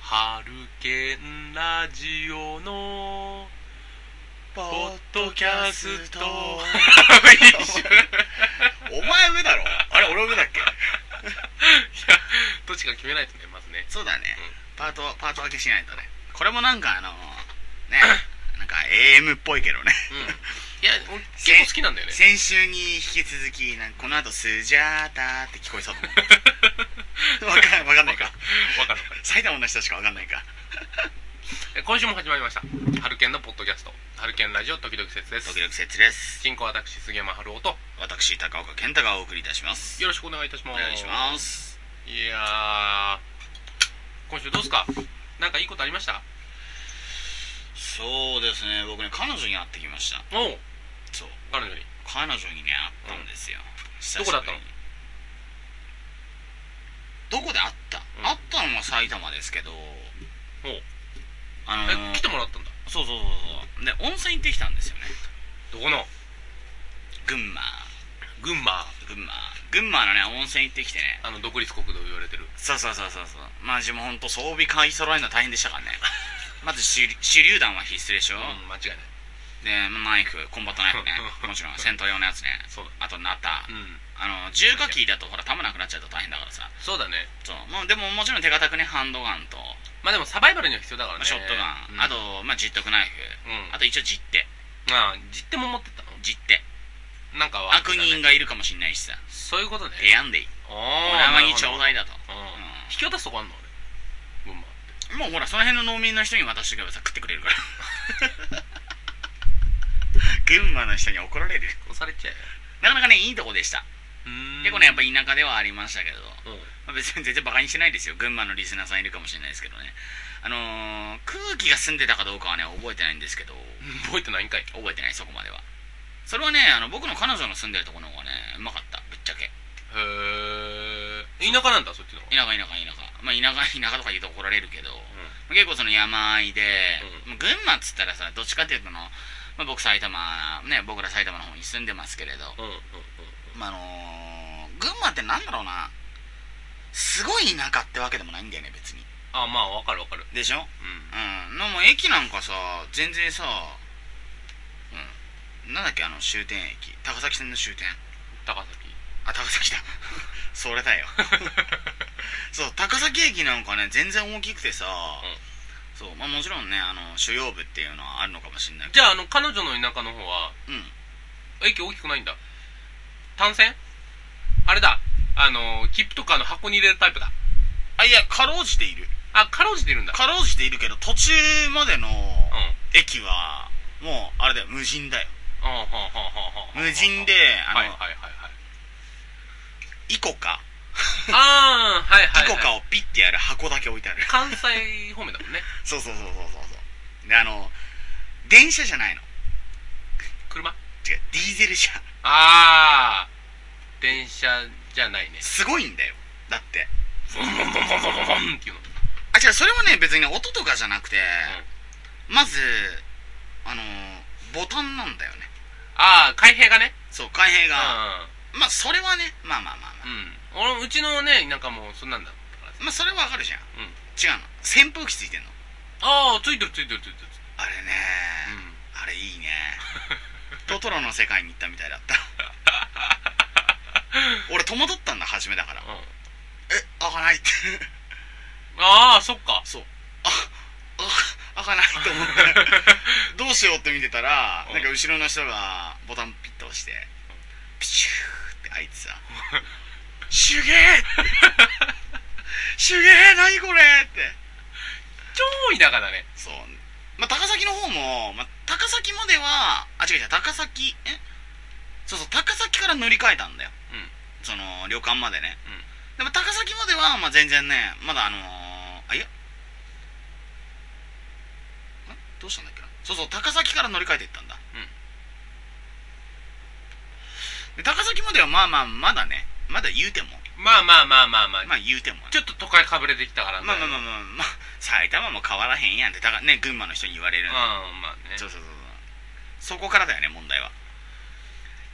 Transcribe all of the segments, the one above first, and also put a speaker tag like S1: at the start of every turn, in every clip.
S1: 春ンラジオの
S2: ポ
S1: ポッドキャス ト一緒
S2: お前上だろあれ俺上だっけ
S1: どっちか決めないとねまずね
S2: そうだね、
S1: うん
S2: パートパート分けしないとねこれもなんかあの ねなんか AM っぽいけど ね
S1: うんいや俺結構好きなんだよね
S2: 先週に引き続きなんかこの後スジャーターって聞こえそうだもん わかんわかんないか
S1: わかるわかる
S2: 埼玉の人しかわかんないか
S1: え今週も始まりましたハルケンのポッドキャストハルケンラジオ時々説です
S2: 時々説です
S1: 進行は私杉山春夫と
S2: 私高岡健太がお送りいたします
S1: よろしくお願いいたしま
S2: お
S1: す
S2: 願いします
S1: いやー今週どうすかなんかいいことありました
S2: そうですね僕ね彼女に会ってきました
S1: おう
S2: そう
S1: 彼女に
S2: 彼女にね会ったんですよ、久しぶり
S1: どこだ
S2: に
S1: ったの
S2: どこで会った、
S1: ん
S2: 会ったのは埼玉ですけど
S1: おう
S2: あのー
S1: え来てもらったんだ
S2: そうそうそうそうで温泉行ってきたんですよね
S1: どこの
S2: 群馬
S1: 群馬
S2: 群馬群馬のね温泉行ってきてね
S1: あの独立国道言われてる
S2: そうそうそうそうそうまあ自分ほんと装備買い揃えるの大変でしたから ねまず手手榴弾は必須でしょ、
S1: うん間違いない
S2: でナイフコンバットナイフ ねもちろん戦闘用のやつね
S1: そうだ
S2: あとナタ、
S1: うん
S2: あの重火器だとほら弾なくなっちゃうと大変だからさ
S1: そうだね
S2: そう、まあ、でももちろん手堅くねハンドガンと、
S1: まあでもサバイバルには必要だから
S2: ま
S1: ね
S2: あショットガン、
S1: うん
S2: あと、まあ、ジットクナイ
S1: う
S2: フ、
S1: ん
S2: あと一応実手
S1: まあ実手も持ってったの
S2: 実手
S1: なんかは
S2: 悪人がいるかもしんないしさ
S1: そういうことね
S2: 選んでいい
S1: お
S2: お
S1: ー
S2: 縄にちょうだいだと
S1: うん
S2: うん
S1: 引き渡すとこあんのあれ群馬
S2: もうほらその辺の農民の人に渡してくればさ食ってくれるから 群馬の人に怒られる
S1: 押されちゃうよ
S2: なかなかねいいとこでした
S1: うーん
S2: 結構ねやっぱ田舎ではありましたけど、
S1: うん
S2: まあ別に全然バカにしてないですよ群馬のリスナーさんいるかもしれないですけどねあのー、空気が澄んでたかどうかはね覚えてないんですけど
S1: 覚えてないんかい
S2: 覚えてないそこまではそれはねあの僕の彼女の住んでるところの方がねうまかったぶっちゃ
S1: へ
S2: け
S1: え田舎なんだそっちの
S2: 田舎田舎田舎まあ田舎 田舎とか言うと怒られるけど、まあ結構その山あいで、
S1: う
S2: まあ群馬っつったらさどっちかっていうとの、まあ、僕埼玉ね僕ら埼玉の方に住んでますけれど、
S1: うんうんうんうん
S2: まああのー群馬ってなんだろうなすごい田舎ってわけでもないんだよね別に
S1: あまあわかるわかる
S2: でしょ
S1: うん
S2: うん、のもう駅なんかさ全然さ、うん、なんだっけあの終点駅高崎線の終点
S1: 高崎
S2: あ高崎だ それだよ そう高崎駅なんかね全然大きくてさ、そうまあもちろんねあの主要部っていうのはあるのかもしれないけ
S1: じゃああの彼女の田舎の方は
S2: どうん
S1: 駅大きくないんだ単線あれだあの切符とかの箱に入れるタイプだ
S2: あいやかろうじている
S1: あかろうじているんだ
S2: かろうじているけど途中までの
S1: うん
S2: 駅はもうあれだよ無人だよ
S1: うんはんはんはんはんはん
S2: 無人であの、
S1: はいはいはいはい
S2: イコカ
S1: ああはいはい、
S2: イ
S1: はい、
S2: コカをピッてやる箱だけ置いてある
S1: 関西方面だもんね
S2: そうそうそうそうそうそうであの電車じゃないの
S1: 車
S2: 違うディーゼル車
S1: ああ電車じゃないね
S2: すごいんだよだって
S1: ボンボンボンボンボンボンボンっていうの
S2: あ違うそれはね別にね音とかじゃなくて、まずあのボタンなんだよね
S1: ああ開閉がね
S2: そう開閉
S1: う
S2: が、まあそれはねまあまあまあまあ、
S1: んうん俺うちのね田舎もそんなんだから
S2: まあそれはわかるじゃん
S1: うん
S2: 違うの扇風機ついてんの
S1: ああついてるついてるついてる
S2: あれね、
S1: うん
S2: あれいいね トトロの世界に行ったみたいだった俺戸惑ったんだ初めだから
S1: うん
S2: え開 かないって
S1: ああそっか
S2: そうああ開かないと思ってどうしようって見てたら
S1: うん
S2: なんか後ろの人がボタンピッと押してピシューって開い てさ「手芸!」手芸何これ!」って
S1: 超田舎だね
S2: そうまあ高崎の方も、まあ、高崎まではあ違う違う高崎えそうそう高崎から乗り換えたんだよ
S1: うん
S2: その旅館までね、
S1: うん
S2: でも高崎までは、まあ、全然ねまだあのーあいやんどうしたんだっけなそうそう高崎から乗り換えていったんだ、で高崎まではまあまあまだねまだ言うても
S1: まあまあまあまあまあ、
S2: まあ言うてもね
S1: ちょっと都会かぶれてきたから
S2: まあまあまあまあ、まあ、埼玉も変わらへんやんってだからね群馬の人に言われるんで
S1: うんまあね
S2: そうそうそうそうそこからだよね問題は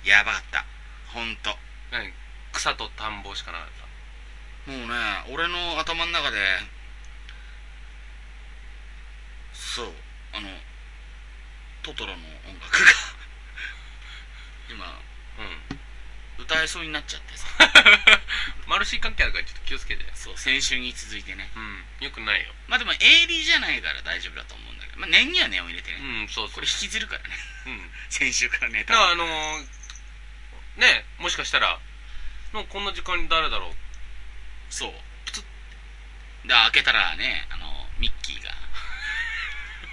S2: やばかったほんと
S1: 何草と田んぼしかなかっ
S2: もうね俺の頭の中でそうあのトトロの音楽が 今
S1: うん。
S2: 歌えそうになっちゃってさ
S1: マルシー関係あるからちょっと気をつけて。
S2: そう先週に続いてね
S1: うん。よくないよ。
S2: まあでも AB じゃないから大丈夫だと思うんだけどまあ念には念を入れてね、
S1: うん、そうそ
S2: こ
S1: う
S2: れ。引きずるからね
S1: うん。
S2: 先週からネ
S1: だから
S2: タ
S1: あ
S2: を
S1: のー、ねもしかしたら、のこんな時間に誰だろう。
S2: そうで開けたらねあのミッキー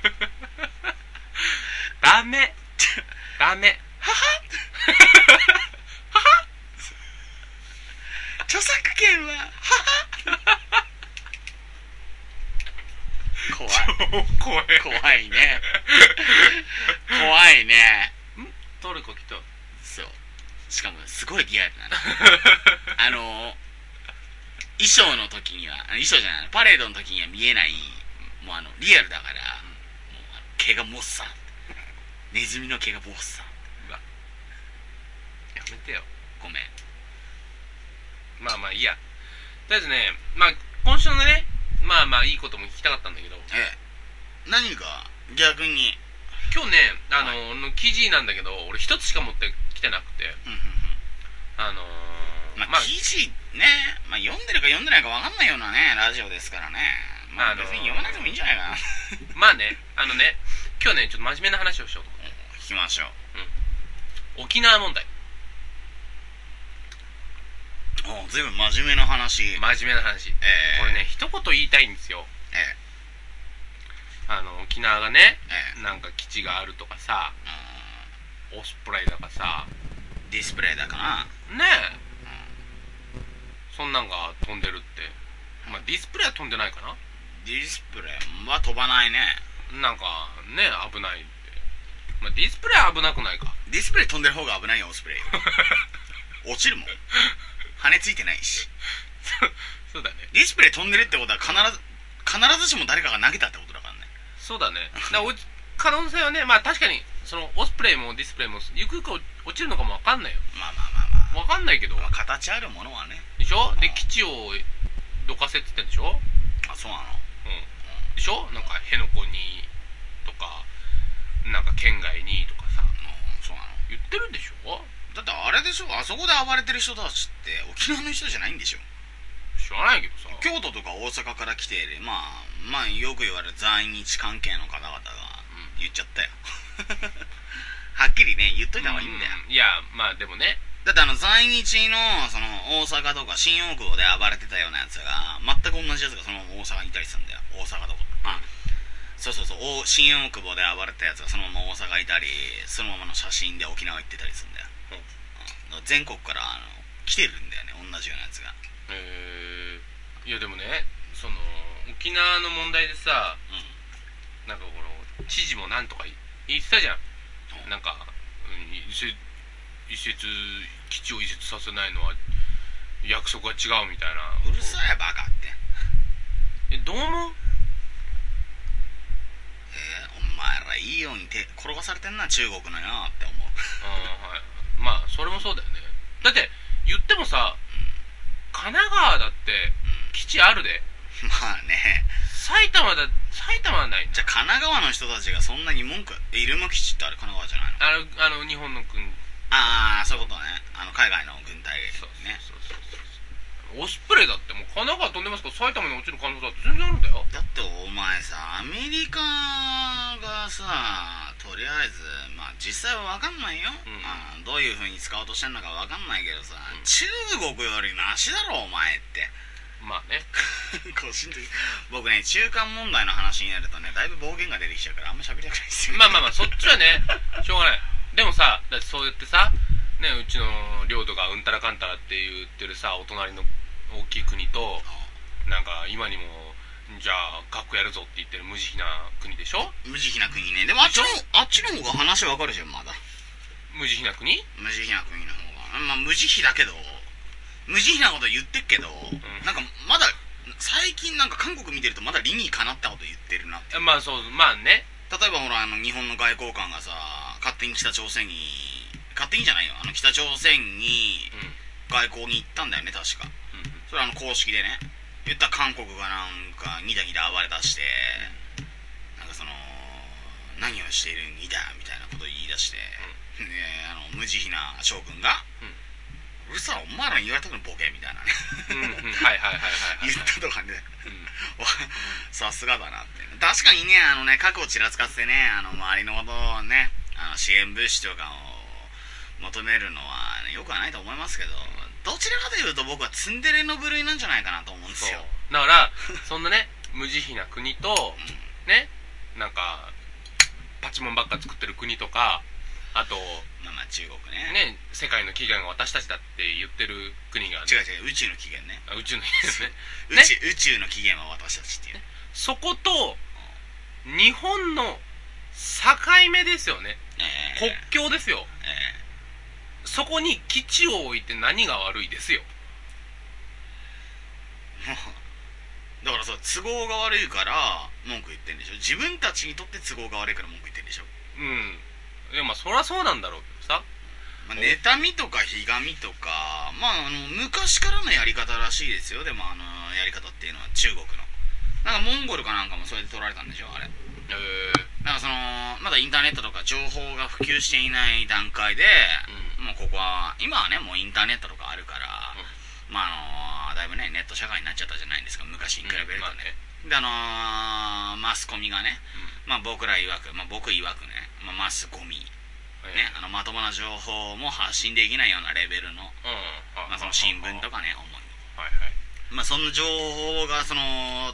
S2: が
S1: ダメダメ
S2: 「著作権ははは怖い
S1: 怖い。
S2: 怖いね怖いね
S1: 誰か来た。
S2: そうしかもすごいリアルなのあの衣装の時にはあの衣装じゃないパレードの時には見えないもうあのリアルだからもうあの毛がもっさんネズミの毛がもっさん
S1: やめてよ。
S2: ごめん
S1: まあまあいいや。とりあえずね、まあ今週のね、まあまあいいことも聞きたかったんだけど、
S2: ええ何が逆に
S1: 今日ね、あのーの記事なんだけど、俺一つしか持ってきてなくて、
S2: うんうんう
S1: あのー、
S2: んまあ、記事ね、まあ、読んでるか読んでないか分かんないようなねラジオですからねま
S1: あ
S2: あ
S1: の
S2: 別に読まなくてもいいんじゃない かな
S1: まあね、あのね、今日ね、ちょっと真面目な話をしようと思
S2: 聞きましょう
S1: って。沖縄問題。
S2: おうずいぶん真面目な話
S1: 真面目な話。
S2: ええ
S1: これね、一言言いたいんですよ。
S2: ええ
S1: あの、沖縄がね、
S2: ええ
S1: なんか基地があるとかさ、
S2: あ
S1: オスプレイだかさ、
S2: ーディスプレイだかな
S1: ねえ、そんなんが飛んでるって。まあディスプレイは飛んでないかな
S2: ディスプレイは飛ばないね
S1: なんかね危ないってまあディスプレイは危なくないか
S2: ディスプレイ飛んでる方が危ないよオスプレイ 落ちるもん羽ついてないし
S1: そうだね
S2: ディスプレイ飛んでるってことは必ず必ずしも誰かが投げたってことだからね
S1: そうだねだからおち可能性はねまあ確かにそのオスプレイもディスプレイもゆくゆく落落ちるのかもわかんないよ
S2: まあまあまあまあ
S1: わかんないけど
S2: まあ形あるものはね
S1: でしょで基地をどかせって言ってんでしょ
S2: あそうなの
S1: うんでしょなんか辺野古にとかなんか県外にとかさ
S2: うんそうなの
S1: 言ってるんでしょ
S2: だってあれでしょあそこで暴れてる人たちって沖縄の人じゃないんでしょ
S1: 知らないけどさ
S2: 京都とか大阪から来てるまあまあよく言われる在日関係の方々が
S1: ん
S2: 言っちゃったよ はっきりね言っといた方がいいんだよ、
S1: うんいやまあでもね
S2: だってあの在日のその大阪とか新大久保で暴れてたようなやつが全く同じやつがそのまま大阪にいたりしたんだよ大阪とかあそうそうそうお新大久保で暴れたやつがそのまま大阪いたりそのままの写真で沖縄行ってたりするんだよ、
S1: うん
S2: うんだから全国からあの来てるんだよね同じようなやつが
S1: えーいやでもねその沖縄の問題でさ
S2: う
S1: なんかこの知事もなんとかい言ってたじゃん
S2: ん
S1: なんか、うん、移設移設基地を移設させないのは約束が違うみたいな
S2: うるさいバカって
S1: えどう思う
S2: えーお前らいいように手転がされてんな中国のよって思う
S1: あーはいまあそれもそうだよねだって言ってもさ神奈川だって基地あるで
S2: まあね
S1: 埼玉だ埼玉はない
S2: じゃあ神奈川の人たちがそんなに文句え入間基地ってあれ神奈川じゃないの
S1: あのあの日本の国
S2: ああそういうことねあの海外の軍隊
S1: そうそう
S2: ね
S1: そうそうそうオスプレイだってもう神奈川飛んでますから埼玉に落ちる可能性だって全然あるんだよ
S2: だってお前さアメリカがさとりあえずまあ実際は分かんないよ、
S1: うん
S2: あーどういうふうに使おうとしてんのか分かんないけどさ、
S1: うん
S2: 中国よりマシだろお 前って
S1: まあね
S2: 個人的に僕ね中間問題の話になるとねだいぶ暴言が出てきちゃうからあんま喋りたくないですよ
S1: まあまあまあそっちはねしょうがないでもさだってそうやってさねうちの領土がうんたらかんたらって言ってるさお隣の大きい国となんか今にもじゃあ核やるぞって言ってる無慈悲な国でしょ
S2: 無慈悲な国ねでもあっちのあっちの方が話分かるじゃんまだ
S1: 無慈悲な国
S2: 無慈悲な国の方がまあ無慈悲だけど無慈悲なこと言ってっけど、
S1: ん
S2: なんかまだ最近なんか韓国見てるとまだ理にかなったこと言ってるな
S1: まあそうまあね
S2: 例えばほらあの日本の外交官がさ勝手に北朝鮮に勝手にじゃないよあの北朝鮮に
S1: うん
S2: 外交に行ったんだよね確か
S1: うん
S2: それあの公式でね言ったら韓国がなんかギタギタ暴れ出してなんかその何をしているんだみたいなことを言い出して、ねえあの無慈悲な将軍が、うるさお前らに言われたくのボケみたいなね
S1: うんうんはいはいはいはいはい
S2: 言ったとかね
S1: うん
S2: わ さすがだなって確かにねあのね核をちらつかせてねあの周りのことをねあの支援物資とかを求めるのはね、よくはないと思いますけどどちらかというと僕はツンデレの部類なんじゃないかなと思うんです
S1: そう
S2: よ
S1: だからそんなね無慈悲な国とねなんかパチモンばっか作ってる国とかあと
S2: まあまあ中国ね
S1: ね世界の起源が私たちだって言ってる国が、
S2: 違う違う宇宙の起源ね
S1: あ宇宙の起源ですね
S2: 宇
S1: ね
S2: 宙宇宙の起源は私たちっていう
S1: そこと日本の境目ですよね
S2: ええ
S1: 国境ですよ
S2: ええ
S1: そこに基地を置いて何が悪いですよ
S2: もうだからさ都合が悪いから文句言ってんでしょ自分たちにとって都合が悪いから文句言ってんでしょ
S1: うんいやまあそりゃそうなんだろうけどさ
S2: まあ、妬みとかひがみとか、まあ、あの昔からのやり方らしいですよでもあのやり方っていうのは中国のなんかモンゴルかなんかもそれで取られたんでしょあれ
S1: え
S2: なんかそのまだインターネットとか情報が普及していない段階で、もうここは今はねもうインターネットとかあるから、まああのだいぶねネット社会になっちゃったじゃないですか昔に比べるとね、
S1: まあね
S2: であのーマスコミがね、まあ僕ら曰く、まあ僕曰くね、まあマスコミ、
S1: え
S2: ね、あのまともな情報も発信できないようなレベルの、
S1: えうん
S2: まあその新聞と
S1: か
S2: かね、主に。
S1: はいはい
S2: まあその情報がその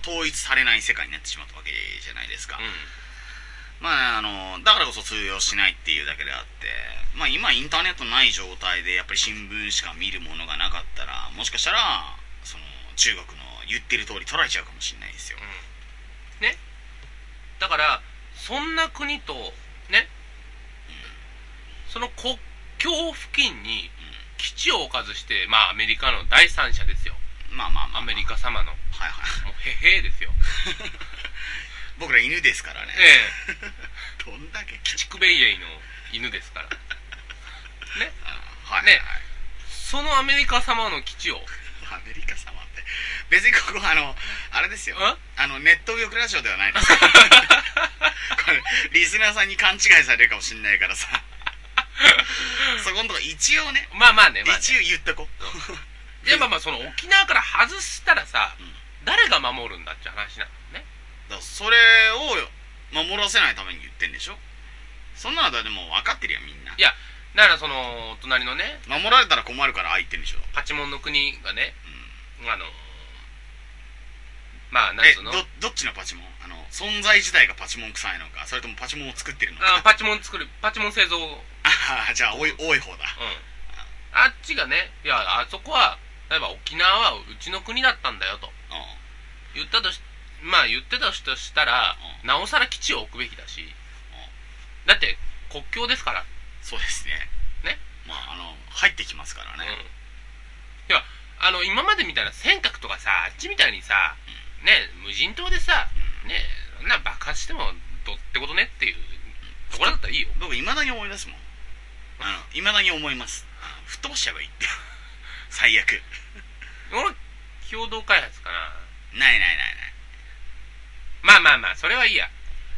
S2: 統一されない世界になってしまったわけじゃないですか。
S1: う
S2: まああの、だからこそ通用しないっていうだけであって、まあ今インターネットない状態でやっぱり新聞しか見るものがなかったら、もしかしたら、その中国の言ってる通り取られちゃうかもしれないですよ。
S1: んねだからそんな国とねその国境付近に基地を置かずしてまあアメリカの第三者ですよ
S2: まあまあまあ、
S1: アメリ。カ様のも
S2: はいはい。
S1: うへへですよ
S2: 僕ら犬ですからね。
S1: ええ
S2: どんだけ
S1: チクベイエイの犬ですからね
S2: はい
S1: ねそのアメリカ様の基地を
S2: アメリカ様って別にここあのあれですよ
S1: ん
S2: あのネット右翼ラジオではないです これリスナーさんに勘違いされるかもしんないからさそこのとこ一応ね
S1: まあまあねまあね
S2: 一応言っとこう
S1: いやまあまあその沖縄から外したらさ、
S2: うん
S1: 誰が守るんだって話なのね
S2: だからそれを守らせないために言ってんでしょそんなのだってもう分かってるよみんない
S1: やだからその隣のね
S2: 守られたら困るからああ言ってんでしょ、
S1: パチモンの国がね
S2: うん
S1: あのまあなん
S2: え
S1: つうの
S2: どどっちのパチモンあの存在自体がパチモン臭いのかそれともパチモンを作ってるの
S1: あ
S2: か
S1: パチモン作るパチモン製造うん
S2: ああじゃあ多い多い方だ
S1: あっちがねいやあそこは例えば沖縄はうちの国だったんだよと
S2: うん
S1: 言ったとしまあ言ってたとしたら、なおさら基地を置くべきだし、だって国境ですから
S2: そうですね
S1: ね
S2: まああの入ってきますからね、
S1: うん、いやあの今までみたいな尖閣とかさあっちみたいにさ、ね無人島でさ、ねそんな爆発してもどってことねっていうところだったらいいよ
S2: 僕いまだに思い出すもんいまだに思いますあの吹っ飛ばしちゃえばいいって 最悪
S1: 俺共同開発かな
S2: ないないない
S1: まあまあまあそれはいいや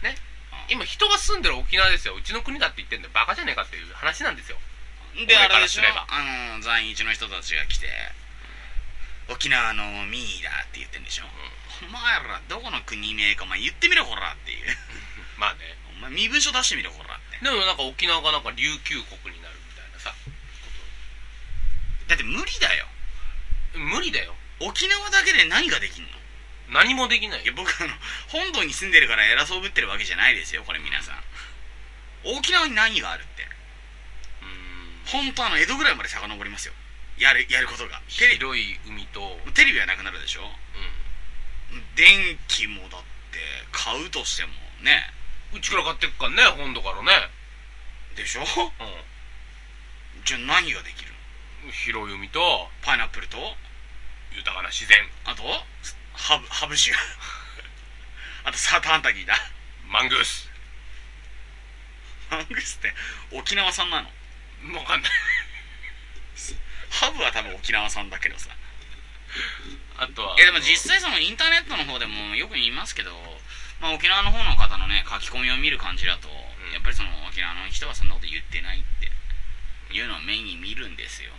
S1: ね
S2: うん
S1: 今人が住んでる沖縄ですようちの国だって言ってんだよバカじゃねえかっていう話なんですよ
S2: ないであ
S1: 俺か
S2: れ
S1: ら
S2: でし
S1: す
S2: ょ
S1: れば
S2: あの在日の人たちが来て沖縄のミーだって言ってんでしょ、お前らどこの国名かお前言ってみろほらっていう
S1: まあね
S2: お前身分証出してみろほらって
S1: でもなんか沖縄がなんか琉球国になるみたいなさ
S2: だって無理だよ
S1: 無理だよ
S2: 沖縄だけで何ができんの
S1: 何もできない
S2: いや
S1: よ
S2: 僕あの本土に住んでるから偉そうぶってるわけじゃないですよこれ皆さん沖縄に何があるって
S1: うーん
S2: 本当あの江戸ぐらいまで遡りますよやるやることがテレ
S1: 広い海と、うん、
S2: テレビはなくなるでしょ電気もだって買うとしてもね
S1: うちから買ってくからね本土からね
S2: でしょ
S1: う
S2: じゃあ何ができるの
S1: ん広い海と
S2: パイナップルと
S1: 豊かな自然
S2: あとハブハブ酒あとサーターアンタギーだ
S1: マングース
S2: マングースって沖縄産なの
S1: わかんない
S2: ハブは多分沖縄産だけどさ
S1: あとは
S2: えでも実際そのインターネットの方でもよく言いますけどまあ、沖縄の方の方のね書き込みを見る感じだと、
S1: ん
S2: やっぱりその沖縄の人はそんなこと言ってないっていうのを目に見るんですよ、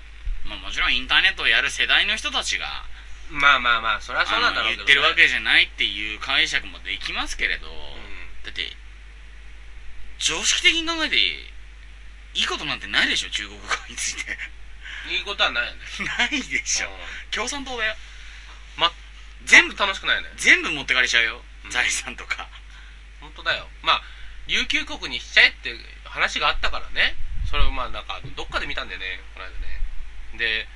S2: まあ、もちろんインターネットをやる世代の人たちが
S1: まあまあまあそれはそうなんだ
S2: あ
S1: ろう
S2: の
S1: け
S2: 言っ
S1: ど、
S2: てる
S1: ね、
S2: わけじゃないっていう解釈もできますけれど、
S1: う
S2: だって常識的に考えていいことなんてないでしょ中国語について
S1: んいいことはないよね
S2: ないでしょ共産党だよ
S1: ま
S2: 全部
S1: 楽しくないよね
S2: 全部持ってかれちゃうよ、
S1: うん
S2: 財産とか
S1: 本当だよまあ琉球国にしちゃえって話があったからねそれをまあなんかどっかで見たんだよねこの間ねで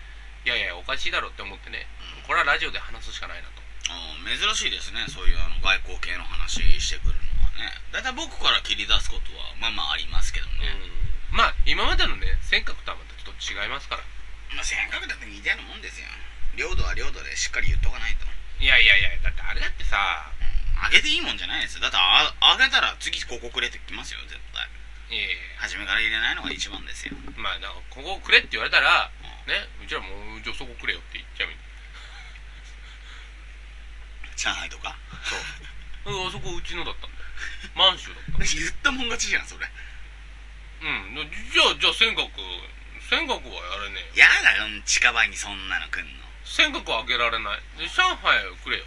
S1: いやいやおかしいだろって思ってねこれはラジオで話すしかないなと
S2: あー珍しいですねそういうあの外交系の話してくるのはねだいたい僕から切り出すことはまあまあありますけどね、
S1: うんまあ今までのね尖閣とはまたちょっと違いますから
S2: まあ尖閣だって似たようなもんですよ領土は領土でしっかり言っとかないと、う
S1: いやいやいやだってあれだってさ
S2: ん、あげていいもんじゃないですよだってああげたら次ここくれてきますよ絶対
S1: いやいや
S2: 初めから入れないのが一番ですよ
S1: まあなんかここをくれって言われたらねうちらもうじゃあそこくれよって言っちゃうよ
S2: 上海とか
S1: うんあそこうちのだったんだよ満州だったんだよ
S2: 言ったもん勝ちじゃんそれ
S1: うん、じゃあ、じゃあ、尖閣、尖閣はやれねえよ。
S2: やだよ近場にそんなの来んの
S1: 尖閣はあげられない。で上海をくれよ。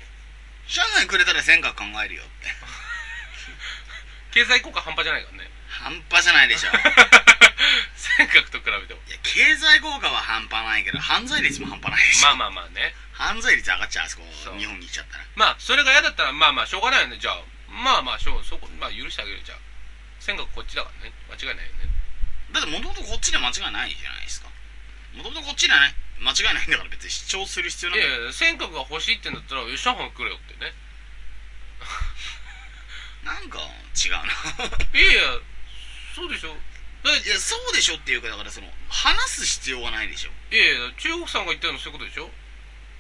S2: 上海くれたら尖閣考えるよって
S1: 経済効果半端じゃないから ね。
S2: 半端じゃないでしょい
S1: 尖閣と比べて も。
S2: や経済効果は半端ないけど犯罪率も半端ないでしょ
S1: まあまあまあね。
S2: 犯罪率上がっちゃうあそこ
S1: そう
S2: 日本に行っちゃったら
S1: まあ、それが嫌だったら、まあまあ、しょうがないよね。じゃあ、まあまあ、しょう、そこ、まあ、許してあげるじゃあ。尖閣こっちだからね。間違いないよね。
S2: だってもともとこっちで間違いないじゃないですかもともとこっちでね間違いないんだから別に主張する必要ないい
S1: やいや、尖閣が欲しいってんだったら、上海くれよってね。
S2: なんか違うな
S1: いやいや、そうでしょ。だっ
S2: い
S1: て
S2: やそうでしょっていうかだからその話す必要はないでしょ
S1: いやいや、中国さんが言ったのそういうことでしょ。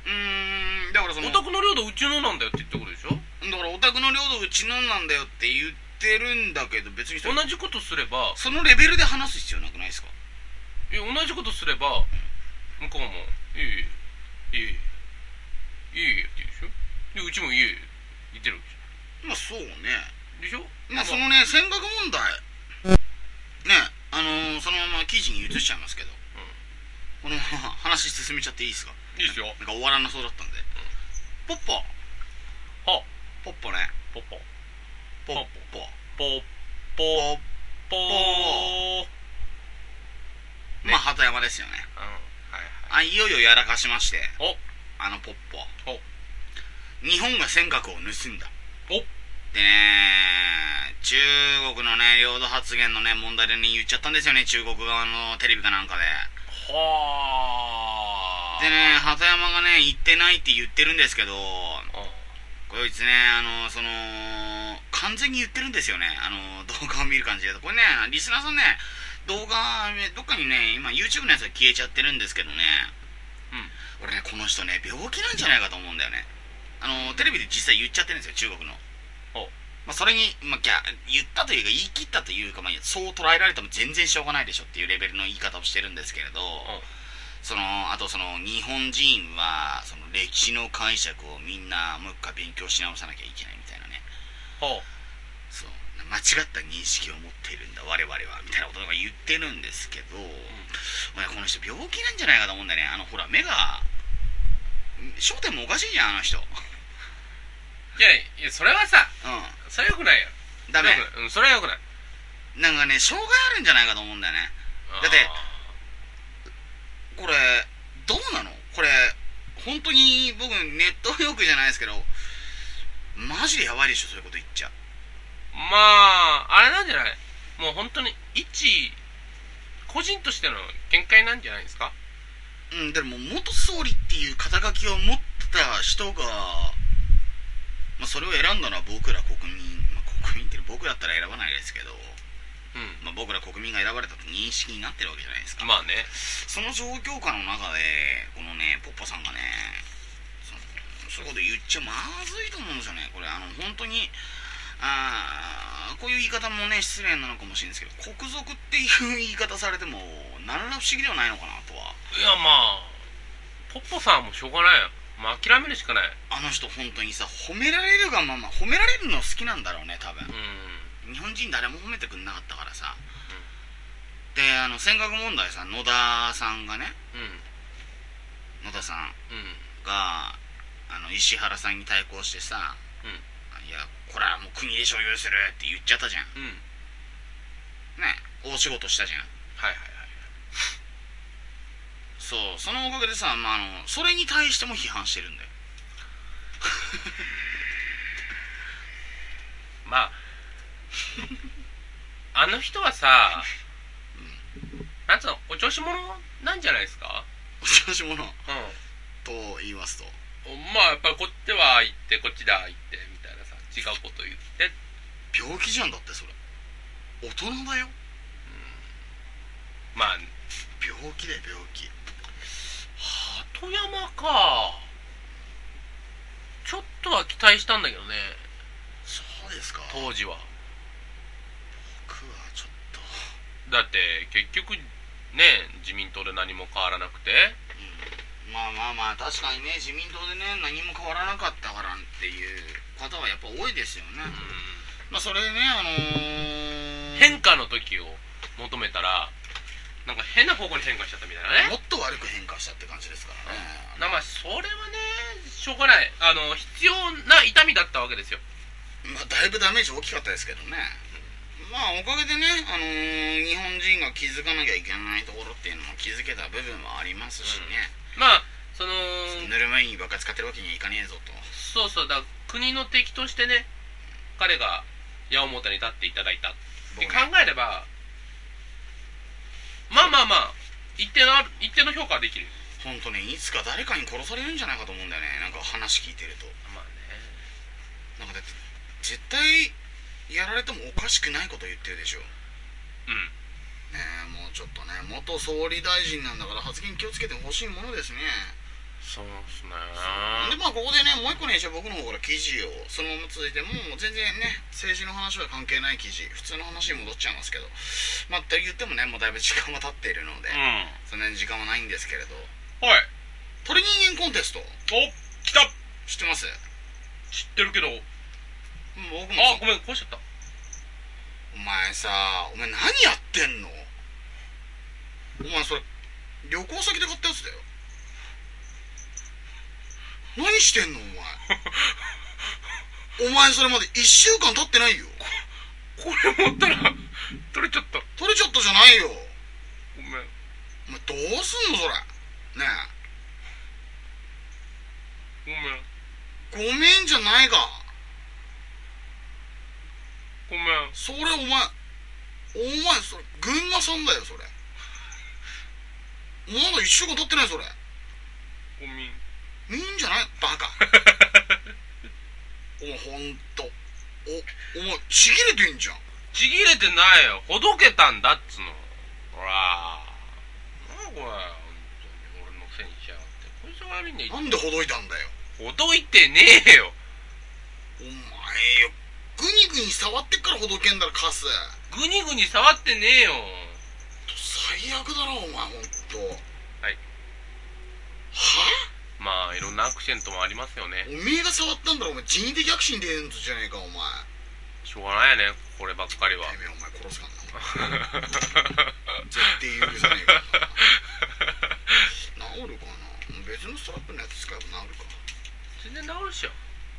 S2: うーんだからその
S1: お宅の領土、うちのなんだよって言ったことでしょ。
S2: だからオタクの領土うちのなんだよって言ってるんだけど別にそ
S1: 同
S2: れ
S1: じことすれば、
S2: そのレベルで話す必要なくないですか
S1: いや同じことすれば向こうも「いいよいいよいいよいいよ」って言うでしょでうちも「いいよ」言ってるわ
S2: まあそうね
S1: けでしょでしょ
S2: まあそのね尖閣問題ねあのー、そのまま記事に移しちゃいますけど、このまま話進めちゃっていいですか
S1: いいですよ
S2: なんか終わらなそうだったんで、ポッポ
S1: は
S2: ポッポね
S1: ポポ
S2: ポッポ
S1: ポ
S2: ポ
S1: ポ
S2: ッ
S1: ポーね
S2: まあ鳩山ですよね
S1: うんはいはい
S2: あいよいよやらかしまして
S1: お
S2: あのポッポ
S1: お
S2: 日本が尖閣を盗んだ
S1: お
S2: でね中国のね領土発言のね問題でね言っちゃったんですよね中国側のテレビかなんかで
S1: はあ
S2: でね鳩山がね言ってないって言ってるんですけ
S1: う
S2: どこいつねあのその完全に言ってるんですよねあの動画を見る感じでこれねリスナーさんね動画ねどっかにね今 YouTube のやつが消えちゃってるんですけどね
S1: ん
S2: 俺ねこの人ね病気なんじゃないかと思うんだよねあのテレビで実際言っちゃってるんですよ中国の
S1: お
S2: まあ、それに、まあ、ギャ言ったというか言い切ったというか、まあ、そう捉えられても全然しょうがないでしょっていうレベルの言い方をしてるんですけれ
S1: ん
S2: どそのあとその日本人はその歴史の解釈をみんなもう一回勉強し直さなきゃいけないみたいなね
S1: は
S2: そう間違った認識を持っているんだ我々はみたいなことが言ってるんですけど、俺この人病気なんじゃないかと思うんだよねあのほら目が焦点もおかしいじゃんあの人う
S1: あいやいやそれはさ
S2: ん
S1: それはよくないやん
S2: ダメ
S1: それは良くないうんそれはよくない
S2: なんかね障害あるんじゃないかと思うんだよねだってこれどうなのこれ本当に僕ネットよくじゃないですけどマジでやばいでしょそういうこと言っちゃ
S1: あーまああれなんじゃないもう本当に一個人としての限界なんじゃないですか
S2: うんでも元総理っていう肩書きを持ってた人が、まあ、それを選んだのは僕ら国民、まあ、国民っていうの僕だったら選ばないですけど、
S1: うん
S2: まあ、僕ら国民が選ばれたと認識になってるわけじゃないですか
S1: まあね
S2: その状況下の中でこのねポッポさんがねそそういうこと言っちゃまずいと思うんですよねこれあの本当にあーこういう言い方もね失礼なのかもしれないですけど国賊っていう言い方されても何ら不思議ではないのかなとはい
S1: やまあポッポさんもしょうがないよまあ諦めるしかない
S2: あの人本当にさ褒められるがまま褒められるの好きなんだろうね多分
S1: う
S2: 日本人誰も褒めてくんなかったからさ、であの尖閣問題さ野田さんがね
S1: んうん
S2: 野田さん
S1: うん
S2: があの石原さんに対抗してさ「
S1: うん
S2: いやこれはもう国で所有する」って言っちゃったじゃん
S1: うん
S2: ね大仕事したじゃん
S1: はいはいはい
S2: そうそのおかげでさ、まあ、あのそれに対しても批判してるんだよ
S1: まあ あの人はさなんつうのお調子者なんじゃないですか
S2: お調子者
S1: うん
S2: と言いますと
S1: まあやっぱりこっちは行ってこっちだ行ってみたいなさ違うこと言って
S2: 病気じゃんだってそれ大人だよ
S1: まあ
S2: 病気だよ病気
S1: 鳩山かちょっとは期待したんだけどね
S2: そうですか僕は
S1: 当時は
S2: ちょっと
S1: だって結局ね自民党で何も変わらなくて
S2: まあまあまあ確かにね自民党でね何も変わらなかったからっていう方はやっぱ多いですよね、
S1: う
S2: まあそれでねあのー
S1: ん、変化の時を求めたらなんか変な方向に変化しちゃったみたいなね
S2: もっと悪く変化したって感じですからね
S1: なまあそれはねしょうがないあの必要な痛みだったわけですよ
S2: まあだいぶダメージ大きかったですけどねまあおかげでね、あのー日本人が気づかなきゃいけないところっていうのも気づけた部分はありますしね、
S1: まあその
S2: ぬるま湯にばっか使ってるわけにはいかねえぞと
S1: そうそうだから国の敵としてね彼が矢面に立っていただいたって
S2: 僕
S1: 考えればまあまあまあ一定のある一定の評価はできる
S2: 本当ねいつか誰かに殺されるんじゃないかと思うんだよねなんか話聞いてると
S1: まあね
S2: なんかだって絶対やられてもおかしくないこと言ってるでしょ
S1: うん
S2: ねえもうちょっとね元総理大臣なんだから発言気をつけてほしいものですね
S1: そうですね
S2: でまあここでねもう一個ね一応僕の方から記事をそのまま続いてもう全然ね政治の話は関係ない記事普通の話に戻っちゃいますけどまあと言ってもねもうだいぶ時間は経っているので、
S1: うん
S2: そんなに時間はないんですけれど
S1: はい
S2: 鳥人間コンテスト
S1: お来た
S2: 知ってます
S1: 知ってるけど
S2: もう僕も
S1: あごめんこうしちゃった
S2: お前さお前何やってんのお前それ旅行先で買ったやつだよ何してんのお前お前それまで1週間経ってないよ
S1: これ持ったら 取れちゃった
S2: 取れちゃったじゃないよ
S1: ごめん
S2: お前どうすんのそれね
S1: ごめん
S2: えごめんじゃないが
S1: ごめん
S2: それお前お前それ群馬さんだよそれまだ1週間経ってないそれ
S1: ごみん
S2: いいんじゃないバ カお前ほんとおお前ちぎれてんじゃん
S1: ちぎれてないよほどけたんだっつのほらなんだこれ本当に俺のせいにしやがってこいつが悪いんだよ
S2: なんでほどいたんだよ
S1: ほどいてねえよ
S2: お前よグニグニ触ってっからほどけんだろカス
S1: グニグニ触ってねえよ
S2: 最悪だなお前ほんと
S1: はい
S2: は
S1: まあいろんなアクシデントもありますよね
S2: おめえが触ったんだろお前人為的アクシデントじゃねえかお前
S1: しょうがないよねこればっかりは
S2: てめえお前殺すからな お前絶対許さねえからな治るかな別のストラップのやつ使えば治
S1: 全然
S2: るか
S1: 治るっしょ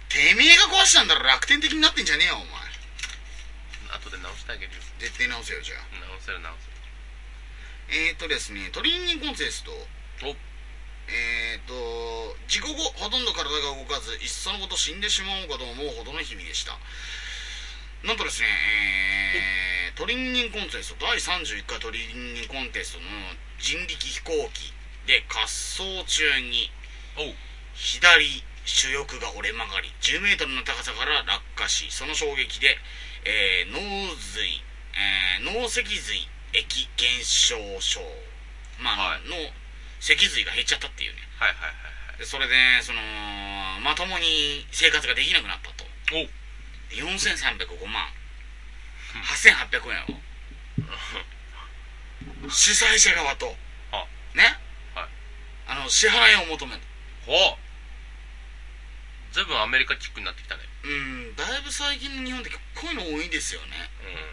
S2: てめえが壊したんだろ楽天的になってんじゃねえよお前
S1: 後で直してあげるよ
S2: 絶対直せよじゃあ
S1: 直せる直せ
S2: えーとですねトリーニングコンテスト
S1: るお
S2: えーと事故後ほとんど体が動かずいっそのこと死んでしまおうかと思うほどの日々でしたなんとですねえー、トリーニングコンテスト第31回トリーニングコンテストの人力飛行機で滑走中に
S1: おう
S2: 左主翼が折れ曲がり1 0ルの高さから落下しその衝撃で、えー、脳髄、えー脳脊髄液減少症、まあ
S1: はい
S2: の脊髄が減っちゃったっていうね
S1: はいはい
S2: でそれでそのまともに生活ができなくなったと
S1: はいはいおう
S2: 4305万8800円を主催者側と
S1: あ
S2: ね
S1: はい
S2: あの支払いを求める
S1: ほうずいぶんアメリカチックになってきたね
S2: うんだいぶ最近の日本ってこういうの多いですよね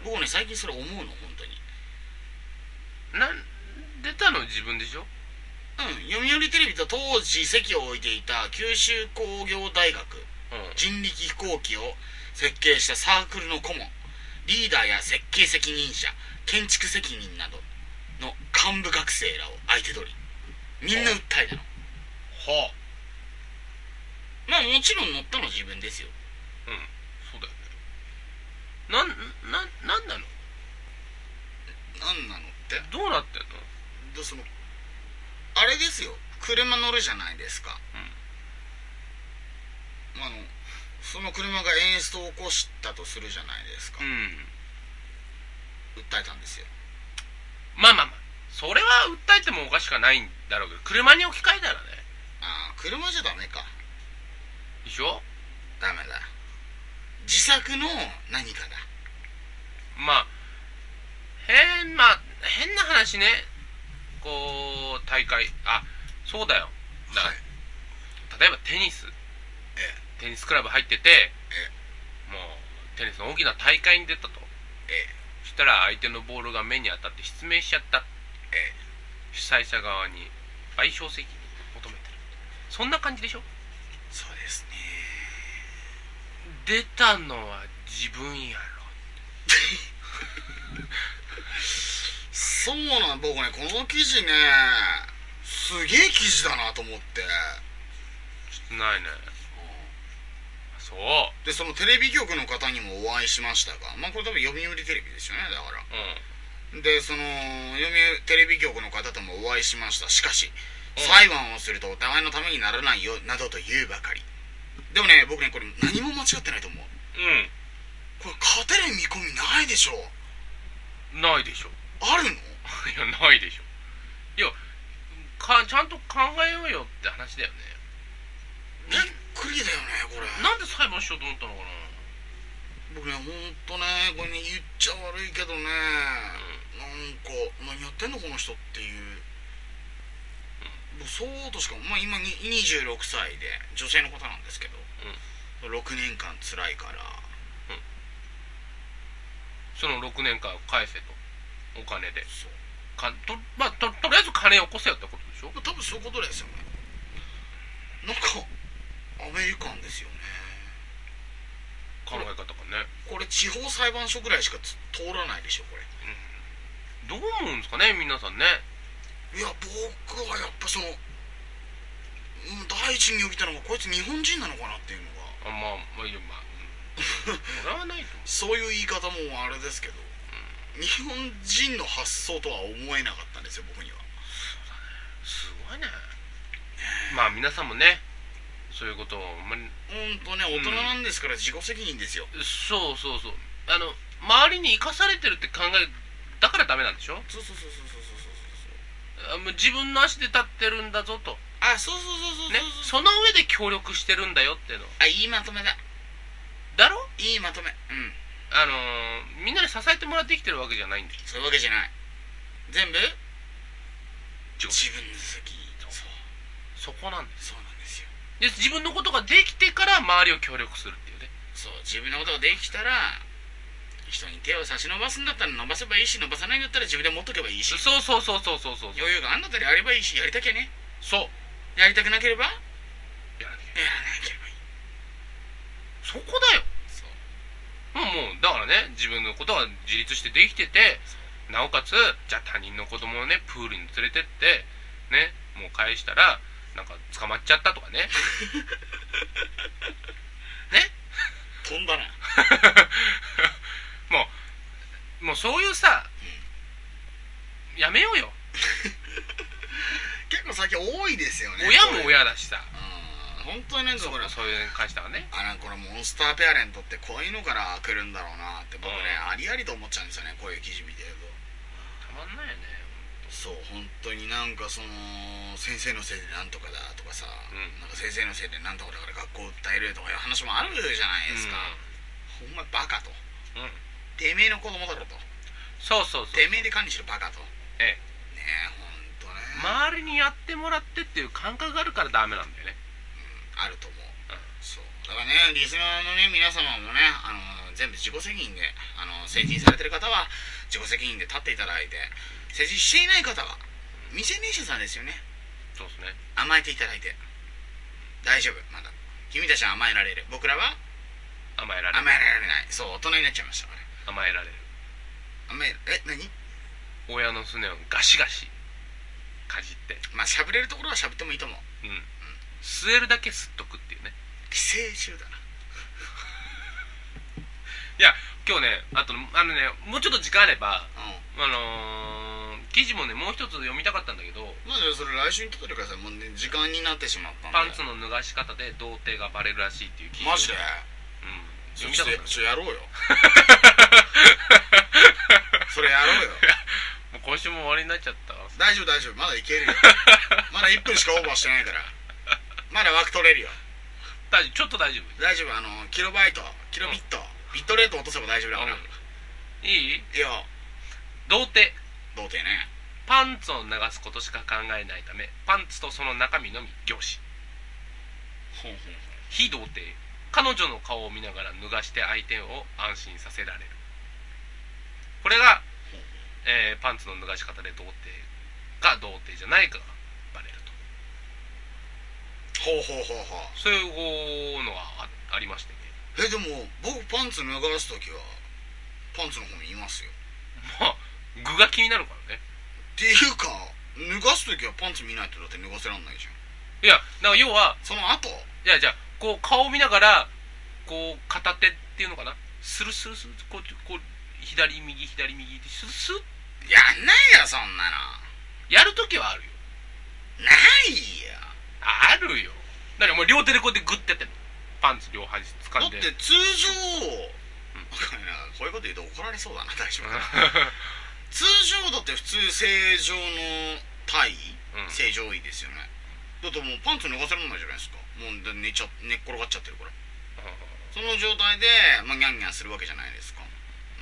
S1: う
S2: 僕ね最近それ思うの本当に
S1: んなん出たの自分でしょ
S2: うん読売テレビと当時席を置いていた九州工業大学
S1: うん
S2: 人力飛行機を設計したサークルの顧問リーダーや設計責任者建築責任などの幹部学生らを相手取りみんな訴えたの
S1: はあ
S2: まあもちろん乗ったの自分ですよ
S1: そうだよねなんなんなんなの
S2: 何なのって
S1: どうなってんの
S2: でそのあれですよ車乗るじゃないですか、あのその車がエンストを起こしたとするじゃないです
S1: ん
S2: か、訴えたんですよ
S1: まあまあまあそれは訴えてもおかしくはないんだろうけど車に置き換えたらね
S2: ああ車じゃダメか
S1: でしょ
S2: ダメだ自作の何かだ
S1: まあ変まあ変な話ねこう大会あそうだよだから、
S2: はい
S1: 例えばテニス
S2: え
S1: テニスクラブ入っててもうテニスの大きな大会に出たと
S2: え
S1: そしたら相手のボールが目に当たって失明しちゃった
S2: え
S1: 主催者側に賠償責任を求めてるそんな感じでしょ
S2: そうですね
S1: 出たのは自分や
S2: そうなん僕ねこの記事ねすげえ記事だなと思って
S1: ろちょっとないねそう
S2: でそのテレビ局の方にもお会いしましたがまあこれ多分読売テレビですよねだから
S1: う
S2: でその読売テレビ局の方ともお会いしましたしかし
S1: うん
S2: 裁判をするとお互いのためにならないよなどと言うばかりでもね僕ねこれ何も間違ってないと思うんこれ勝てる見込みないでしょ
S1: うんないでしょ
S2: ある
S1: い
S2: の
S1: やないでしょいやかちゃんと考えようよって話だよね
S2: びっくりだよねこれ
S1: ななんで裁判しようと思ったのかな
S2: 僕ねほんとねこれね言っちゃ悪いけどねなんか何やってんのこの人っていうもうそうとしかまあ今に26歳で女性の方なんですけど、6年間辛いから
S1: その6年間返せとお金で
S2: そう
S1: かと,、まあ、ととりあえず金を起こせよってことでしょ
S2: まあ多分そういうことですよねなんかアメリカンですよね
S1: 考え方がね
S2: これ地方裁判所ぐらいしかつ通らないでしょこれ
S1: どう思うんですかね皆さんね
S2: いや僕はやっぱそのうん第一に呼びたのがこいつ日本人なのかなっていうのが
S1: あまあまあいやまあうんそれはないと思う
S2: そういう言い方もあれですけど、日本人の発想とは思えなかったんですよ僕には
S1: すごいねまあ皆さんもねそういうことをあんまり
S2: 本当ね大人なんですから自己責任ですよ、
S1: そうそうそうあの周りに生かされてるって考えだからダメなんでしょ
S2: そうそうそうそうそうそうそうそ
S1: あ
S2: う
S1: もう自分の足で立ってるんだぞと、
S2: あそうそうそうそうそう
S1: ね、そ
S2: そう、
S1: の上で協力してるんだよっていうの
S2: あいいまとめだ
S1: だろ
S2: いいまとめうん
S1: あのーみんなに支えてもらって生きてるわけじゃないんだよ
S2: そういうわけじゃない全部
S1: 自己
S2: 自分の責任そう
S1: そこなんだよ
S2: そうなんですよ
S1: で自分のことができてから周りを協力するっていうね
S2: そう自分のことができたら人に手を差し伸ばすんだったら伸ばせばいいし伸ばさないんだったら自分で持っとけばいいし
S1: そうそうそうそうそうそう
S2: 余裕があんだったらやればいいしやりたきゃね
S1: そう
S2: やりたくなければ
S1: や
S2: や
S1: らなきゃ
S2: らなければいい
S1: そこだよ
S2: そう
S1: もうもうだからね自分のことは自立してできててなおかつじゃあ他人の子供をねプールに連れてってねもう返したらなんか捕まっちゃったとかね
S2: 飛んだな
S1: もうそういうさやめようよ
S2: 結構最近多いですよね
S1: 親も
S2: これ
S1: 親だしさ
S2: うん本当になんか
S1: そう
S2: これ
S1: そういう感じだからね
S2: あなんかこれモンスターペアレントってこういうのから来るんだろうなって僕ね
S1: う
S2: ありありと思っちゃうんですよねこういう記事見てると
S1: たまんないよね
S2: そう本当になんかその先生のせいでなんとかだとかさ、
S1: ん
S2: なんか先生のせいでなんとかだから学校訴えるとかいう話もあるじゃないですか、ほんまバカと
S1: うん、うん、
S2: てめえの子供だろと
S1: そうそうそう
S2: てめえで管理しろバカと
S1: ええ
S2: ねえほんとね、
S1: 周りにやってもらってっていう感覚があるからダメなんだよね
S2: あると思う、
S1: うん
S2: そうだからね、リスナーのね、皆様もね、あの、全部自己責任で、あの、成人されてる方は、自己責任で立っていただいて、成人していない方は、未成年者さんですよね。
S1: そうですね
S2: 甘えていただいて。大丈夫、まだ。君たちは甘えられる。僕らは
S1: 甘えられ
S2: 甘
S1: る
S2: えられない。そう、大人になっちゃいましたから
S1: 甘え
S2: ね。
S1: られる
S2: 甘え、え、何
S1: 親のすねをガシガシかじって
S2: まあ、喋れるところは喋ってもいいと思う。
S1: うん吸えるだけ吸っとくっていうね
S2: 寄生虫だな。
S1: いや今日ねあとあのねもうちょっと時間あれば
S2: うん。
S1: あのー、記事もねもう一つ読みたかったんだけど
S2: まあ、じゃあそれ来週に取ってください。もうね、時間になってしまった
S1: パ
S2: んで。
S1: ンツの脱がし方で童貞がバレるらしいっていう記事
S2: マジで
S1: うん読
S2: ちょ
S1: みたか
S2: っ
S1: っ
S2: とやろうよ それやろう
S1: たもう
S2: よ
S1: 今週も終わりになっちゃったわ
S2: 大丈夫大丈夫まだいけるよまだ1分しかオーバーしてないからまだ枠取れるよ
S1: 大丈夫ちょっと大丈夫
S2: 大丈夫あのキロバイトキロビット、ビットレート落とせば大丈夫だから、
S1: うんいい
S2: いや
S1: 童貞
S2: 童貞ね
S1: パンツを流すことしか考えないためパンツとその中身のみ凝視
S2: ほんほん
S1: 非童貞彼女の顔を見ながら脱がして相手を安心させられるこれが、えーパンツの脱がし方で童貞が童貞じゃないかがバレると
S2: ほんほうほうほうほう
S1: そういうのはあありましてね
S2: えでも僕パンツ脱がす時はパンツの方にいますよ
S1: まあ具が気になるからね
S2: っていうか脱がす時はパンツ見ないとだって脱がせらんないじゃん
S1: いやだから要は
S2: その後
S1: いやじゃあこう顔を見ながらこう片手っていうのかなスルスルスルこうこう左右左右ってスルスル
S2: やんないよそんなの
S1: やるときはあるよ
S2: ないよ
S1: あるよ何お前両手でこうやってグッてやってんのパンツ両端掴ん
S2: だっ
S1: で
S2: て通常、なんかこういうこと言うと怒られそうだな大丈夫かな通常だって普通正常の体位、
S1: うん
S2: 正常位ですよねだってもうパンツ脱がせられないじゃないですかもう寝ちゃ寝っ転がっちゃってるからその状態で、まあ、ギャンギャンするわけじゃないですか、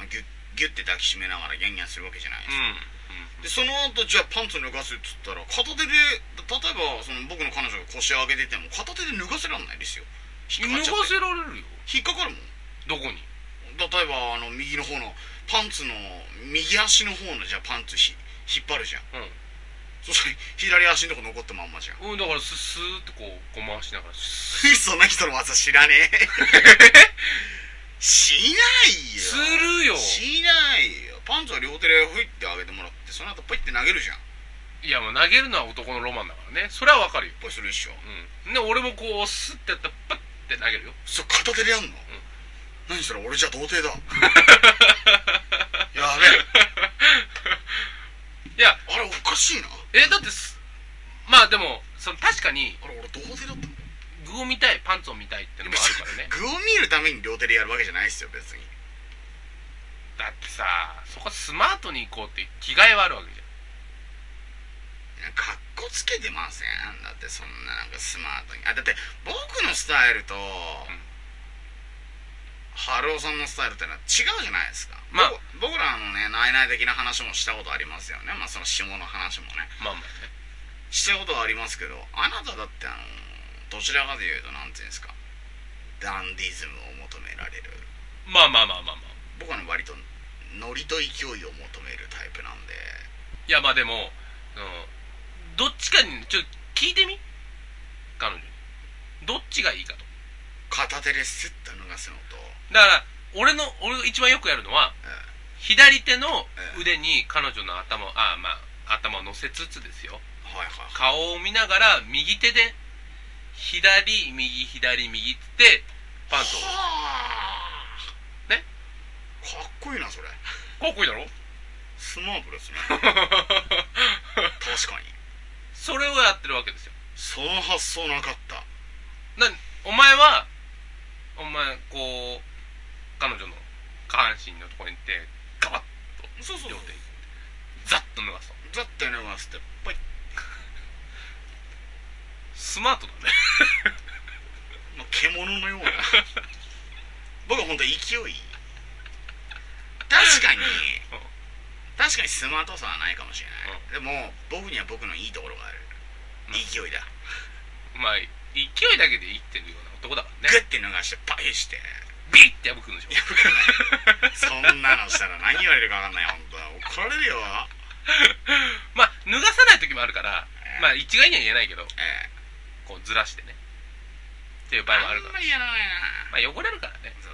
S2: まあ、ギュッギュッて抱きしめながらギャンギャンするわけじゃないですか、でその後じゃあパンツ脱がすっつったら片手で例えばその僕の彼女が腰上げてても片手で脱がせられないですよ
S1: うんうん脱
S2: 引っか
S1: がせられるよ
S2: かっちゃって引っかかるもん
S1: どこに
S2: 例えばあの右の方のパンツの右足の方のじゃあパンツひ引っ張るじゃんそしたら左足のとこ残ったまんまじゃん
S1: うん、うん、だからススーってこうごま回しながらス
S2: そんな人の技知らねえ しないよ
S1: するよ
S2: しないよパンツは両手でふいって上げてもらってその後ポイって投げるじゃん
S1: いやもう投げるのは男のロマンだからねそれはわかるよ
S2: ポイするっしょ
S1: うんで俺もこうスッてやったらパッて投げるよ
S2: それ片手でやんの、何それ俺じゃ童 貞だやべえ
S1: いや
S2: あれおかしいな
S1: えだってすまあでもその確かに
S2: あれ俺童貞だったの
S1: 具を見たいパンツを見たいってのもあるからね
S2: 具を見るために両手でやるわけじゃないですよ別に
S1: だってさそこはスマートに行こうっていう着替えはあるわけじゃん
S2: かっこつけてませんだってそんななんかスマートにあだって僕のスタイルと、春尾さんのスタイルってのは違うじゃないですか、
S1: まあ
S2: 僕僕らのね内々的な話もしたことありますよねまあその下の話もね
S1: まあまあね
S2: したことはありますけどあなただってあのどちらかというとなんていうんですかダンディズムを求められる
S1: まあまあまあまあまあ
S2: 僕はね割とノリと勢いを求めるタイプなんで
S1: いやまあでも、うん、どっちかにちょっと聞いてみ彼女にどっちがいいかと
S2: 片手でスッと脱がすのと、
S1: だから俺の俺が一番よくやるのは
S2: うん
S1: 左手の腕に彼女の頭をあまあ頭を乗せつつですよ
S2: はいはいはい
S1: 顔を見ながら右手で左右左右っつってパンツを
S2: はあ
S1: ね
S2: かっこいいなそれ
S1: かっこいいだろ
S2: スマート ですね確かに
S1: それをやってるわけですよ
S2: その発想なかった
S1: なお前はお前こう彼女の下半身のところに行ってガバッと
S2: そうそう
S1: 両手ザッと脱がすと
S2: だって脱がせてポイッ
S1: スマートだね
S2: もう獣の ような僕は本当勢い確かに確かにスマートさはないかもしれない、でも僕には僕のいいところがある
S1: うん
S2: 勢いだ
S1: うまい勢いだけで生きてるような男だから
S2: グ
S1: ね
S2: ッて脱がしてパイして
S1: ビッて破くんでしょ
S2: 破かないそんなのしたら何言われるか分かんない本当怒られるよ
S1: まあ脱がさない時もあるからまあ一概には言えないけど
S2: ええ
S1: こうずらしてねっていう場合もあ
S2: あ
S1: る
S2: ん
S1: か
S2: ま
S1: ら
S2: りやらない
S1: まあ汚れるからね
S2: なそう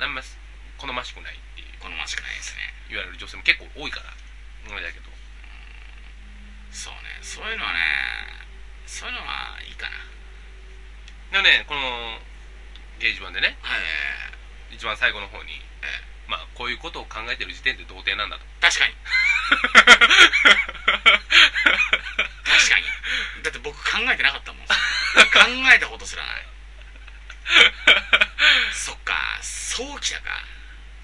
S1: あんま好ましくないっていう
S2: 好ましくないですね
S1: 言われる女性も結構多いからあれだけど
S2: そうねそういうのはねそういうのはいいかな
S1: でもねこの掲示板でね
S2: はい
S1: 一番最後の方に
S2: ええ
S1: まあこういうことを考えてる時点で童貞なんだと
S2: 確かに確かにだって僕考えてなかったもん考えたことすらないそっか早期だか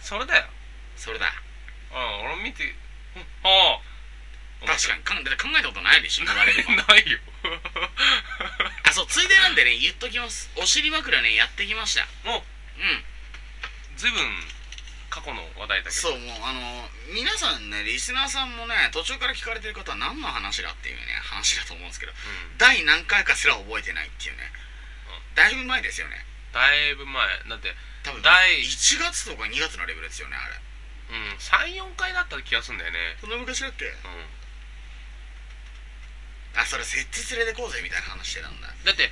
S1: それだよ
S2: それだ
S1: うん俺見てうんああ
S2: 確かにかんだって考えたことないでしょ言われれば
S1: ないよ
S2: あそうついでなんでね言っときますお尻枕ねやってきました
S1: もう
S2: うん
S1: 随分過去の話題だけど
S2: そうもうあの皆さんねリスナーさんもね途中から聞かれてる方は何の話だっていうね話だと思うんですけど
S1: うん
S2: 第何回かすら覚えてないっていうねだいぶ前ですよね
S1: だいぶ前だって
S2: 多分
S1: 第
S2: 1月とか2月のレベルですよねあれ
S1: うん34回だった気がするんだよね
S2: そんな昔だっけ
S1: うん
S2: あそれ設置連れてこうぜみたいな話してたんだ
S1: だって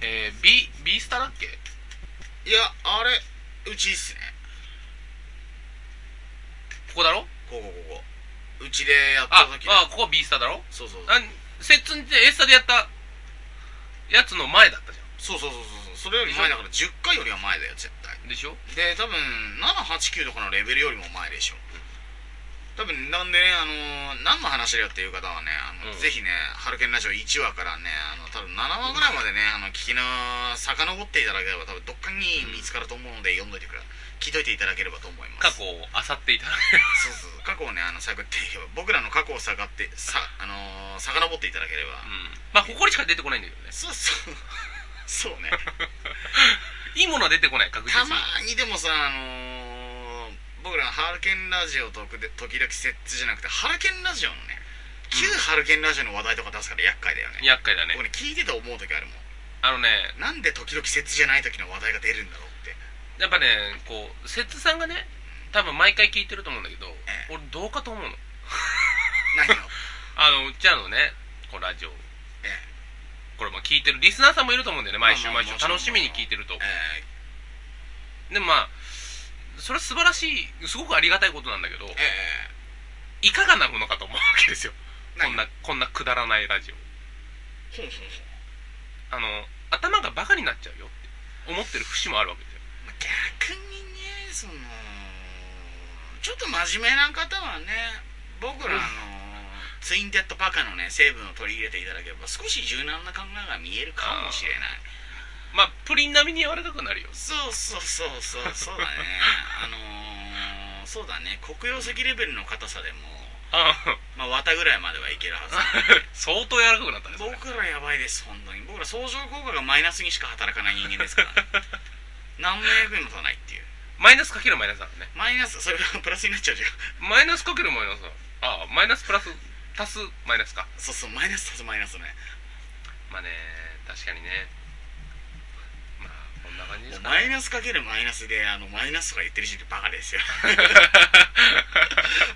S1: えー、B, B スタだっけ
S2: いやあれうちいいっすね
S1: ここだろ
S2: ここここうちでやっ
S1: あ
S2: た時だ
S1: あここ B スタだろ
S2: そうそう
S1: あ接通で A スタでやったやつの前だったじゃ
S2: そうそうそうそうそれより前だから10回よりは前だよ絶対
S1: んでしょ
S2: で多分789とかのレベルよりも前でしょ多分なんでねあのー何の話だよっていう方はねあの、
S1: うん
S2: ぜひね「ハルケンラジオ」1話からねあの多分7話ぐらいまでねあの聞きな遡っていただければ多分どっかに見つかると思うので、読んどいてくれ聞いといていただければと思います
S1: 過去を漁っていただけ
S2: そうそうそう過去をねあの探っていけば僕らの過去を探ってさあのー遡っていただければ、
S1: まあここにしか出てこないんだけどね
S2: そうそう そうね
S1: いいものは出てこない確実
S2: た
S1: に
S2: まにでもさあのー、僕らハルケンラジオとくで時々設置じゃなくてハルケンラジオのね旧ハルケンラジオの話題とか出すから厄介だよね
S1: 厄介だね
S2: 僕ね聞いてて思う時あるもん
S1: あのね
S2: なんで時々設置じゃない時の話題が出るんだろうって
S1: やっぱねこう摂津さんがね多分毎回聞いてると思うんだけど、
S2: え
S1: 俺どうかと思うの
S2: 何を
S1: あのうちらのねこうラジオ
S2: え
S1: これまあ聞いてるリスナーさんもいると思うんだよね毎週
S2: まあまあ
S1: 毎週
S2: もちろん
S1: 楽しみに聞いてると
S2: え
S1: でもまあそれは素晴らしいすごくありがたいことなんだけど
S2: ええ
S1: いかがなものかと思うわけですよこ
S2: 何
S1: んなこんなくだらないラジオ
S2: ほうほうほう
S1: あの頭がバカになっちゃうよって思ってる節もあるわけですよ
S2: まあ逆にねそのちょっと真面目な方はね僕らあのツインテッドバカのね成分を取り入れていただければ少し柔軟な考えが見えるかもしれない
S1: まあプリン並みに柔らかくなるよ
S2: そうそうそうそうそうだねあのー、そうだね黒曜石レベルの硬さでも
S1: あ
S2: まあ綿ぐらいまではいけるはず
S1: 相当柔らかくなったねそれ
S2: 僕らやばいです本当に僕ら相乗効果がマイナスにしか働かない人間ですから 何の役にも立たないっていう
S1: マイナスかけるマイナスだからね
S2: マイナスそれがプラスになっちゃうじゃん
S1: マイナスかけるマイナスだああマイナスプラス足すマイナスか
S2: そうそうマイナス足すマイナスね
S1: まあね確かにねまあこんな感じですか
S2: マ
S1: ね
S2: イナスかけるマイナスであのマイナスとか言ってる時点でバカですよ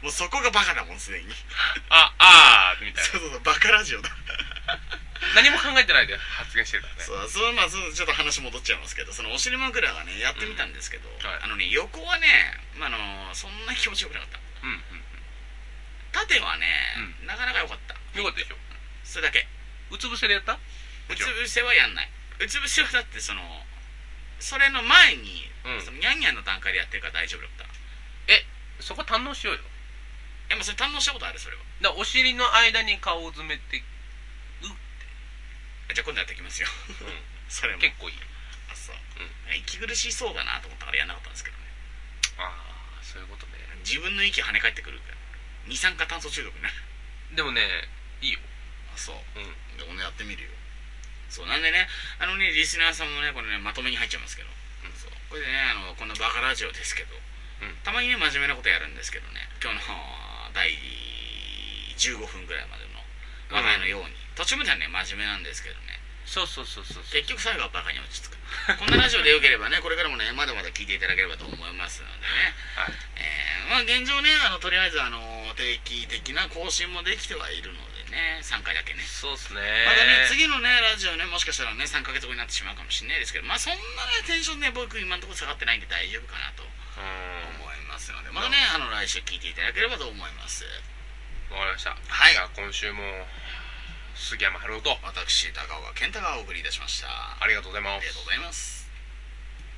S2: もうそこがバカだもんすでに
S1: あああみたいな
S2: そうそうそうバカラジオだ
S1: 何も考えてないで発言してたね
S2: そうそれまあそうちょっと話戻っちゃいますけどそのお尻枕がねやってみたんですけど、
S1: んはい
S2: あのね横はね、まあ、あのそんな気持ちよくなかった
S1: うんうん
S2: 縦はね、なかなか良かった
S1: うんよかったでしょ
S2: それだけ
S1: うつ伏せでやった
S2: うつ伏せはやんないうつ伏せはだってそのそれの前に、
S1: うん
S2: そのニャンニャンの段階でやってるから大丈夫だった
S1: そこ堪能しようよ
S2: えもうそれ堪能したことあるそれは
S1: だからお尻の間に顔を詰めて、
S2: じゃあ今度やってきますよ それも
S1: 結構いい
S2: あそう、
S1: う
S2: 息苦しそうだなと思ったからやんなかったんですけどね
S1: ああそういうことね
S2: 自分の息跳ね返ってくるから二酸化炭素中毒になる
S1: でもねいいよ
S2: あそう
S1: うん
S2: でもねやってみるよそうなんでねあのねリスナーさんもねこれねまとめに入っちゃいますけど、
S1: ん
S2: そうこれでねあのこんなバカラジオですけど、
S1: うん
S2: たまにね真面目なことやるんですけどね今日の第15分ぐらいまでの話題のように、途中まではね真面目なんですけどね
S1: そうそうそうそうそう
S2: 結局最後はバカに落ち着くこんなラジオでよければねこ れからもねまだまだ聞いていただければと思いますのでね
S1: はい
S2: えーまあ現状ねあのとりあえずあの定期的な更新もできてはいるのでね3回だけね
S1: そうっすね
S2: またね次のねラジオねもしかしたらね3ヶ月後になってしまうかもしれないですけどまあそんなねテンションね僕今のところ下がってないんで大丈夫かなと
S1: うん
S2: 思いますのでまたねあの来週聞いていただければと思います
S1: わかりました
S2: はい
S1: じゃあ今週も杉山春夫と
S2: 私高岡健太がお送りいたしましたあ
S1: ありがとうございま
S2: りが
S1: す
S2: とうございます